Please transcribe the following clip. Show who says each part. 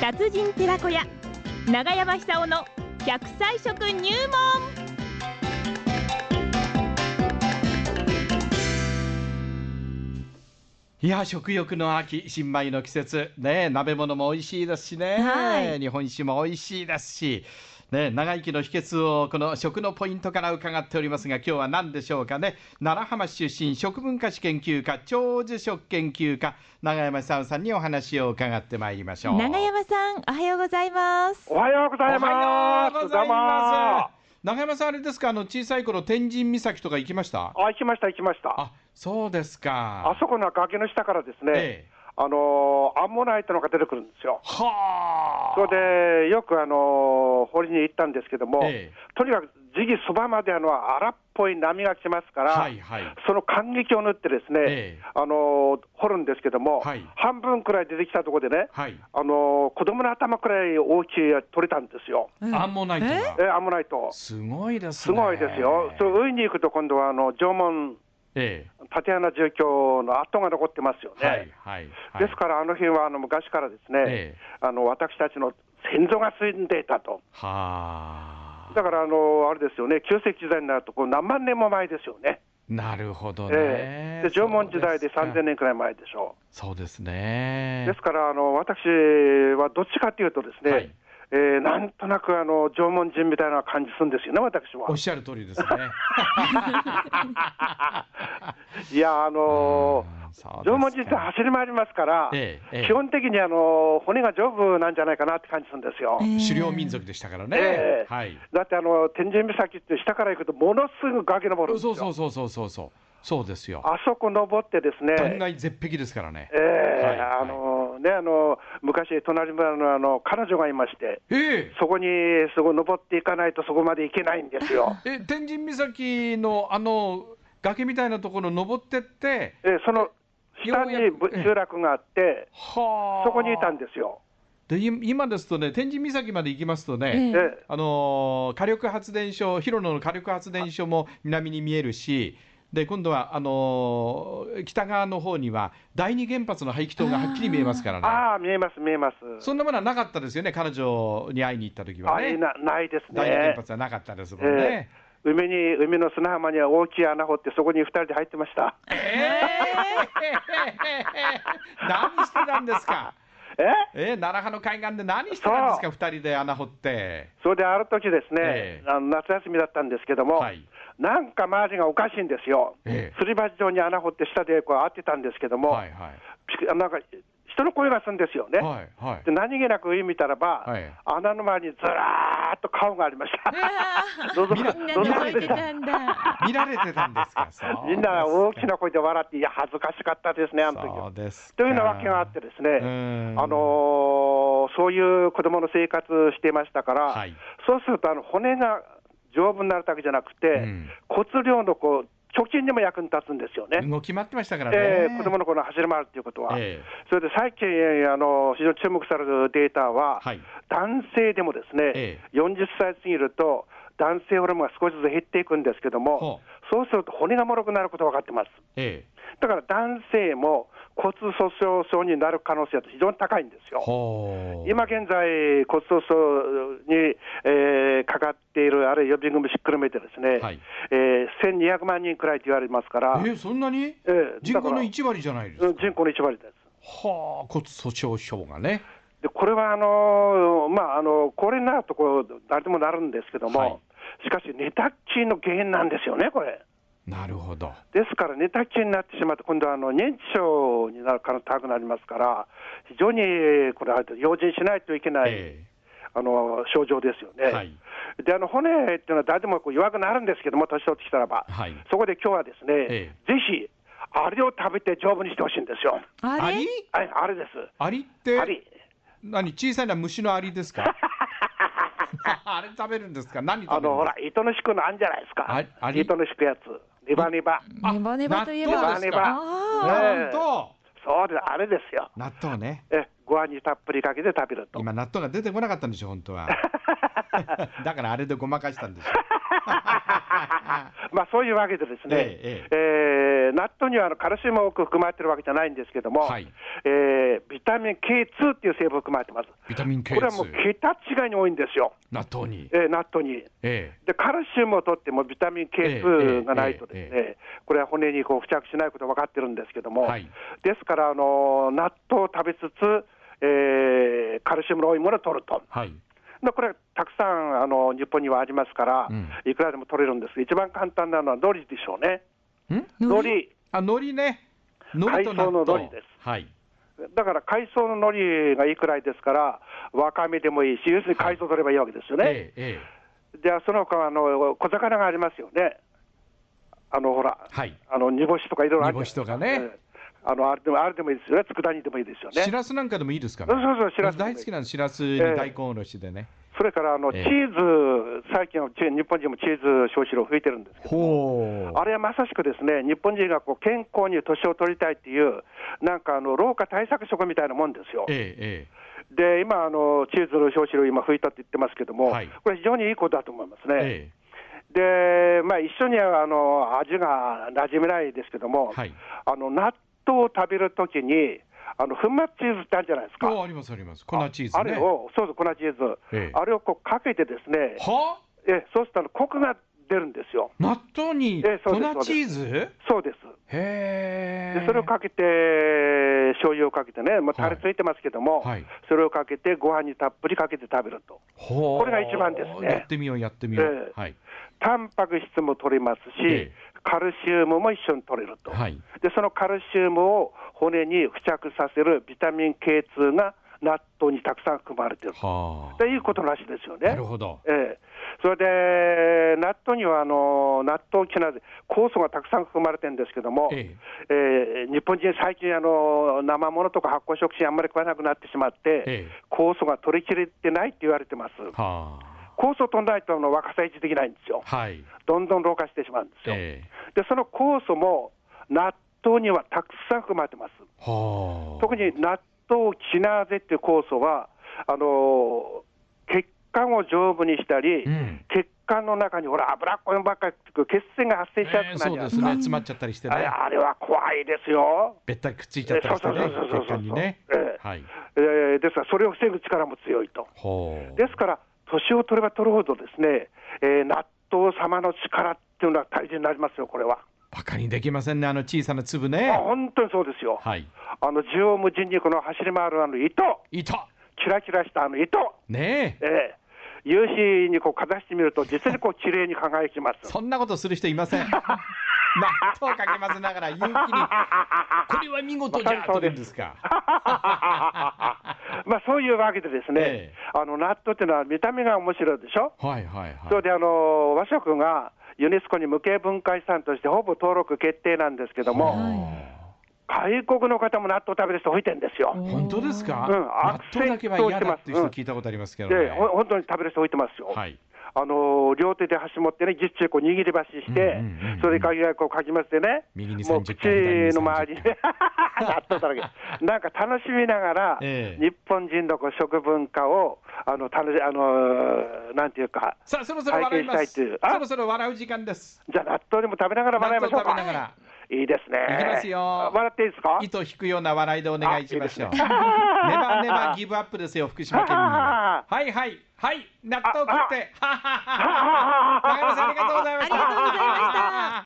Speaker 1: 達人寺子屋長山久夫の100歳食入門
Speaker 2: いや食欲の秋新米の季節ね鍋物も美味しいですしね、
Speaker 1: はい
Speaker 2: 日本酒も美味しいですしね長生きの秘訣をこの食のポイントから伺っておりますが今日は何でしょうかね奈良浜市出身食文化史研究家長寿食研究家永山さんさんにお話を伺ってまいりましょう
Speaker 1: 長山さんおはようございます
Speaker 3: おはようございます。
Speaker 2: おはようござい
Speaker 3: どうも
Speaker 2: ます長山さんあれですかあの小さい頃天神岬とか行きました
Speaker 3: あ、行きました、行きました。あ
Speaker 2: あそうですか
Speaker 3: そこの崖の下からですね、
Speaker 2: ええ
Speaker 3: あのーアンモナイトのが出てくるんですよ。
Speaker 2: はあ
Speaker 3: それで、よくあのー掘りに行ったんですけども、
Speaker 2: ええ
Speaker 3: とにかく時期そばまであの荒っぽい波が来ますから、
Speaker 2: はいはい
Speaker 3: その感激を縫ってですね、
Speaker 2: ええ
Speaker 3: あのー掘るんですけども、
Speaker 2: はい
Speaker 3: 半分くらい出てきたところでね、
Speaker 2: はい
Speaker 3: あのー子供の頭くらい大きいやつ取れたんですよ、
Speaker 2: アンモナイト
Speaker 1: え
Speaker 2: が
Speaker 3: えアンモナイト。
Speaker 2: すごいです
Speaker 3: す
Speaker 2: ね。
Speaker 3: ごいですよ、それ上に行くと今度はあの縄文
Speaker 2: え
Speaker 3: 竪穴住居の跡が残ってますよ
Speaker 2: え、
Speaker 3: ね。
Speaker 2: はいはい、はい。
Speaker 3: ですから、あの辺はあの昔からですね、
Speaker 2: ええ
Speaker 3: あの私たちの先祖が住んでいたと、
Speaker 2: はあ、
Speaker 3: だからあのあれですよね、旧石器時代になると、こう何万年も前ですよね、
Speaker 2: なるほどね。
Speaker 3: ええで縄文時代で3000
Speaker 2: 年。
Speaker 3: 年くらい前でしょ
Speaker 2: そうです
Speaker 3: う、
Speaker 2: ね。
Speaker 3: ですからあの、私はどっちかというとですね、
Speaker 2: はい
Speaker 3: えーなんとなくあの縄文人みたいな感じするんですよね、私は
Speaker 2: おっ。しゃる通りですね。
Speaker 3: いや、あの
Speaker 2: うんそうですか
Speaker 3: 縄文人って走り回りますから、
Speaker 2: ええええ
Speaker 3: 基本的にあの骨が丈夫なんじゃないかなって感じするんですよ。
Speaker 2: 狩猟民族でしたからね。
Speaker 3: ええ
Speaker 2: はい。
Speaker 3: だってあの天神岬って下から行くとものすぐ崖登るんです
Speaker 2: そ
Speaker 3: よ
Speaker 2: うそうそうそうそうそう。そうですよ。
Speaker 3: あそこ登ってですね
Speaker 2: 断崖絶壁ですからね。
Speaker 3: ええ
Speaker 2: はいはい
Speaker 3: あのねあの昔隣村のあの彼女がいまして
Speaker 2: え
Speaker 3: そこにそこ登っていかないとそこまで行けないんで すよ
Speaker 2: え、え天神岬のあの崖みたいなところ登ってって、
Speaker 3: ええその下
Speaker 2: ようや
Speaker 3: に
Speaker 2: く
Speaker 3: ぶ
Speaker 2: ええ
Speaker 3: 集落があって
Speaker 2: はあ。
Speaker 3: そこにいたんですよ
Speaker 2: でい今ですとね、天神岬まで行きますとね、
Speaker 1: ええ
Speaker 3: ええ
Speaker 2: あのー火力発電所、広野の火力発電所も南に見えるし、で今度はあのー北側の方には第二原発の排気塔がはっきり見えますからね、
Speaker 3: ああ見えます見えます
Speaker 2: そんなものはなかったですよね、彼女に会いに行った時は
Speaker 3: あ
Speaker 2: ね
Speaker 3: い、なないです
Speaker 2: 第二原
Speaker 3: ね
Speaker 2: 発はなかったですもん
Speaker 3: え
Speaker 2: ね。
Speaker 3: え海に海の砂浜には大きい穴掘ってそこに二人で入ってま した
Speaker 2: えー 何してたんですか、
Speaker 3: ええ
Speaker 2: えー、奈良派の海岸で何してたんですか、二人で穴掘って。
Speaker 3: それである時ですね、
Speaker 2: ええ
Speaker 3: あの夏休みだったんですけども、
Speaker 2: はい
Speaker 3: なんか周りがおかしいんですよ、
Speaker 2: ええ
Speaker 3: すり鉢状に穴掘って下でこう会ってたんですけども、
Speaker 2: はいは
Speaker 3: ピクなんか人の声がするんですよね、
Speaker 2: いはいはい
Speaker 3: で何気なく上見たらば、
Speaker 2: はい
Speaker 3: 穴の周りにずらーっと顔があり ました。どうぞ
Speaker 2: みんな
Speaker 1: みんな
Speaker 3: どうぞ
Speaker 1: 覗いてたんだ
Speaker 2: 見られてたんです か。そうですか
Speaker 3: みんな大きな声で笑って、いや、恥ずかしかったですね、あの時
Speaker 2: そ
Speaker 3: は
Speaker 2: う。ですか。
Speaker 3: というようなわけがあってですね、
Speaker 2: うん
Speaker 3: あのーそういう子供の生活していましたから、
Speaker 2: はい
Speaker 3: そうするとあの骨が丈夫になるだけじゃなくて、
Speaker 2: うん
Speaker 3: 骨量のこう貯金にも役に立つんですよね。
Speaker 2: 動き回ってましたからね。
Speaker 3: えー子供の頃走り回るということは、
Speaker 2: ええ
Speaker 3: それで最近、あの非常に注目されるデータは、
Speaker 2: はい
Speaker 3: 男性でもですね、
Speaker 2: え
Speaker 3: 40歳過ぎると、男性ホルモンが少しずつ減っていくんですけども
Speaker 2: ほ、
Speaker 3: そうすると骨が脆くなることが分かってます。
Speaker 2: ええ
Speaker 3: だから男性も骨粗しょう症になる可能性は非常に高いんですよ。
Speaker 2: ほう
Speaker 3: 今現在、骨粗しょうに、えーかかっている、あるいは予備軍もしっくるめてですね、
Speaker 2: はい
Speaker 3: えー1200万人くらいと言われますから、
Speaker 2: えそんなに？
Speaker 3: ええ
Speaker 2: 人口
Speaker 3: だか
Speaker 2: の
Speaker 3: ら
Speaker 2: 一割じゃないです
Speaker 3: うん
Speaker 2: か。
Speaker 3: 人口の1割です。
Speaker 2: はあ、骨粗鬆症がね。
Speaker 3: でこれはあのーまああの高齢になるとこう誰でもなるんですけども、
Speaker 2: はい
Speaker 3: しかし寝たきりの原因なんですよね、これ。
Speaker 2: なるほど。
Speaker 3: ですから、寝たきりになってしまって、今度はあの認知症になる可能性高くなりますから、非常にこれ、用心しないといけない、
Speaker 2: え
Speaker 3: あの症状ですよね。
Speaker 2: はい
Speaker 3: であの骨っていうのは誰でもこう弱くなるんですけども、年取ってきたらば、
Speaker 2: はい
Speaker 3: そこで今日はですね、
Speaker 2: え
Speaker 3: ぜひ、アリを食べて丈夫にしてほしいんですよ。
Speaker 2: え
Speaker 1: あ
Speaker 2: ア
Speaker 1: れ
Speaker 2: リ？
Speaker 3: あれあれです。
Speaker 2: アリって
Speaker 3: アリ。
Speaker 2: 何？小さな虫のアリです か？あれ食べるんですか？何食べ
Speaker 3: あ
Speaker 2: る
Speaker 3: の
Speaker 2: ん
Speaker 3: ほ
Speaker 2: です
Speaker 3: ら、糸の敷くのあんじゃないですか。
Speaker 2: ああり
Speaker 3: 糸の敷くやつ。ネバネバ。
Speaker 2: あ
Speaker 1: ネバネバといえ
Speaker 2: 納
Speaker 1: ば
Speaker 2: 豆です
Speaker 3: ネバネ
Speaker 2: か
Speaker 3: バ
Speaker 1: あ
Speaker 3: ね
Speaker 2: 納豆。
Speaker 3: そうです、あれですよ。
Speaker 2: 納豆ね。
Speaker 3: え、ご飯にたっぷりかけて食べると。
Speaker 2: 今納豆が出てこなかったんでしょ本当 は。だからあれでごまかしたんでしょ。
Speaker 3: まあそういうわけでですね、
Speaker 2: え
Speaker 3: えー納豆にはあのカルシウムを多く含まれてるわけじゃないんですけども、
Speaker 2: はい
Speaker 3: えービタミン K2 っていう成分含まれてます。
Speaker 2: ビタミン
Speaker 3: これはもう
Speaker 2: K2、
Speaker 3: 桁違いに多いんですよ、
Speaker 2: 納豆に、
Speaker 3: えー納豆に。
Speaker 2: え
Speaker 3: でカルシウムを取ってもビタミン
Speaker 2: ええ
Speaker 3: K2 がないとですね、
Speaker 2: え
Speaker 3: これは骨にこう付着しないこと分かってるんですけども、
Speaker 2: はい
Speaker 3: ですから、あの納豆を食べつつ、えーカルシウムの多いものを取ると、
Speaker 2: えはい、
Speaker 3: でこれ、たくさんあの日本にはありますから、
Speaker 2: うん
Speaker 3: いくらでも取れるんですが、一番簡単なのは海苔でしょうね、
Speaker 2: ん
Speaker 3: 海
Speaker 1: 苔
Speaker 3: 苔、
Speaker 2: あ海苔ね、海苔と納豆
Speaker 3: 海藻の海苔です
Speaker 2: はい、
Speaker 3: だから海藻の海苔がいいくらいですから、わかめでもいいし、要するに海藻取ればいいわけですよね。
Speaker 2: えええ
Speaker 3: じゃあ、その他はあの小魚がありますよね、あのほら、
Speaker 2: えはい、
Speaker 3: あの煮干しとかいろいろある
Speaker 2: 煮干しとかね
Speaker 3: ええあのあれでもあれでもいいですよね、佃煮でもいいですよ
Speaker 2: し
Speaker 3: ね。
Speaker 2: らすなんかでもいいですかね、
Speaker 3: そうそうそうしらす
Speaker 2: 大好きなんです、しらすに
Speaker 3: ええ
Speaker 2: 大根おろしでね、
Speaker 3: それからあのチ
Speaker 2: ええ
Speaker 3: ーズ、最近はチー日本人もチーズ消費量増えてるんですけど、
Speaker 2: ほう、
Speaker 3: あれはまさしくですね、日本人がこう健康に年を取りたいっていう、なんかあの老化対策食みたいなもんですよ。
Speaker 2: ええ
Speaker 3: で、今あの、チーズの消費量、今、増えたって言ってますけども、
Speaker 2: はい
Speaker 3: これ、非常にいいことだと思います
Speaker 2: ええ
Speaker 3: ね。
Speaker 2: え
Speaker 3: で、まあ、一緒にはあの味が馴染めないですけども、
Speaker 2: はい
Speaker 3: あの納豆を食べるときに、あの粉末チーズってあるじゃないです
Speaker 2: え
Speaker 3: か。
Speaker 2: おありますあります、粉チーズね、
Speaker 3: あれを、そうそう、粉チーズ、
Speaker 2: ええ
Speaker 3: あれをこうかけてですね、
Speaker 2: は
Speaker 3: えそうするとあのコクが出るんですよ、
Speaker 2: 納豆に
Speaker 3: ええ
Speaker 2: 粉
Speaker 3: そうです
Speaker 2: チーズ
Speaker 3: そうです。
Speaker 2: へえ
Speaker 3: でそれをかけて、醤油をかけてね、まあ、タレついてますけども、
Speaker 2: はい
Speaker 3: それをかけて、ご飯にたっぷりかけて食べると、
Speaker 2: ほう
Speaker 3: これが一番ですね
Speaker 2: やってみよう、やってみよう
Speaker 3: え、え
Speaker 2: はい、
Speaker 3: タンパク質も取れますし、
Speaker 2: ええ
Speaker 3: カルシウムも一緒に取れると、
Speaker 2: はい
Speaker 3: でそのカルシウムを骨に付着させるビタミン K2 が納豆にたくさん含まれている
Speaker 2: はあ
Speaker 3: ということらしいですよね。
Speaker 2: なるほど、
Speaker 3: ええ、それで納豆にはあの納豆キナーゼ、酵素がたくさん含まれてるんですけども、
Speaker 2: え
Speaker 3: ええ日本人、最近あの、生ものとか発酵食品あんまり食わなくなってしまって、
Speaker 2: ええ
Speaker 3: 酵素が取りきれてないって言われてます、
Speaker 2: は
Speaker 3: 酵素を取らないとあの若さ維持できないんですよ
Speaker 2: あ、、はい、
Speaker 3: どんどん老化してしまうんですよ、
Speaker 2: ええ
Speaker 3: でその酵素も納豆にはたくさん含まれてます、
Speaker 2: はあ
Speaker 3: 特に納豆キナーゼっていう酵素は、あの血管を丈夫にしたり、
Speaker 2: うん
Speaker 3: 血管の中にほら脂っこいのばっかりくっつく血栓が発生しや
Speaker 2: ええ
Speaker 3: すくな
Speaker 2: そうで
Speaker 3: るじゃな
Speaker 2: す
Speaker 3: いです
Speaker 2: ね、
Speaker 3: か。
Speaker 2: 詰まっちゃったりして
Speaker 3: あれ
Speaker 2: ね、
Speaker 3: あれは怖いですよ。
Speaker 2: べったりくっついちゃったりしてね
Speaker 3: ええそうそうそうそうそ、う
Speaker 2: 血管にね
Speaker 3: え、え
Speaker 2: はい、
Speaker 3: えーですから、それを防ぐ力も強いと。
Speaker 2: ほう、
Speaker 3: ですから、年を取れば取るほどですね、えー納豆様の力っていうのは大事になりますよ、これは。
Speaker 2: バカにできませんね、あの小さな粒
Speaker 3: あ
Speaker 2: ね、
Speaker 3: 本当にそうですよ。
Speaker 2: はい、
Speaker 3: あの縦横無尽にこの走り回るあの糸、
Speaker 2: いた、
Speaker 3: キラキラしたあの糸、
Speaker 2: ねえ、
Speaker 3: えー、夕日にこうかざしてみると、実にこう綺麗に輝きます。
Speaker 2: そんなことする人いません。 納豆かけ混ぜながら勇気に、これは見事じゃと言うんですか。
Speaker 3: まあそういうわけでですね
Speaker 2: ええ、
Speaker 3: あの納豆っていうのは見た目が面白いでしょ。
Speaker 2: はいはい
Speaker 3: それ
Speaker 2: は
Speaker 3: であの和食がユネスコに無形文化遺産としてほぼ登録決定なんですけど
Speaker 2: い。
Speaker 3: も、
Speaker 2: は
Speaker 3: 外国の方も納豆食べる人増えてるんですよ
Speaker 2: あ。本当ですか。
Speaker 3: うん
Speaker 2: 納豆だけは嫌だっていう人聞いたことありますけどね。
Speaker 3: で、ほ本当に食べる人増えてますよ。
Speaker 2: はい。
Speaker 3: あの両手で箸持ってね、ぎっちりこう握り箸して、
Speaker 2: うんうんうんうん
Speaker 3: それで鍵がこうかきましてね、
Speaker 2: 右に30
Speaker 3: もう口の周りに、
Speaker 2: 左に
Speaker 3: 納豆だらけ、なんか楽しみながら、
Speaker 2: ええ
Speaker 3: 日本人のこう食文化をあの楽しあのーなんていうか、
Speaker 2: さあそろそろ笑いま
Speaker 3: 体験
Speaker 2: す。
Speaker 3: したいっていうあ
Speaker 2: そろそろ笑う時間です。
Speaker 3: じゃあ納豆でも食べながら
Speaker 2: 納
Speaker 3: 笑い
Speaker 2: 豆
Speaker 3: ましょ
Speaker 2: 食
Speaker 3: う
Speaker 2: べ
Speaker 3: か。
Speaker 2: ながら
Speaker 3: いいですね。
Speaker 2: いきますよ
Speaker 3: 笑っていいですか。
Speaker 2: 糸引くような笑いでお願いしましょう。
Speaker 3: あい
Speaker 2: ネ
Speaker 3: いですね
Speaker 2: バネバギブアップですよ福島県民 は。はいはいはい納豆食って。はははは。中山さんありがとうございました。
Speaker 1: ああありがとうございました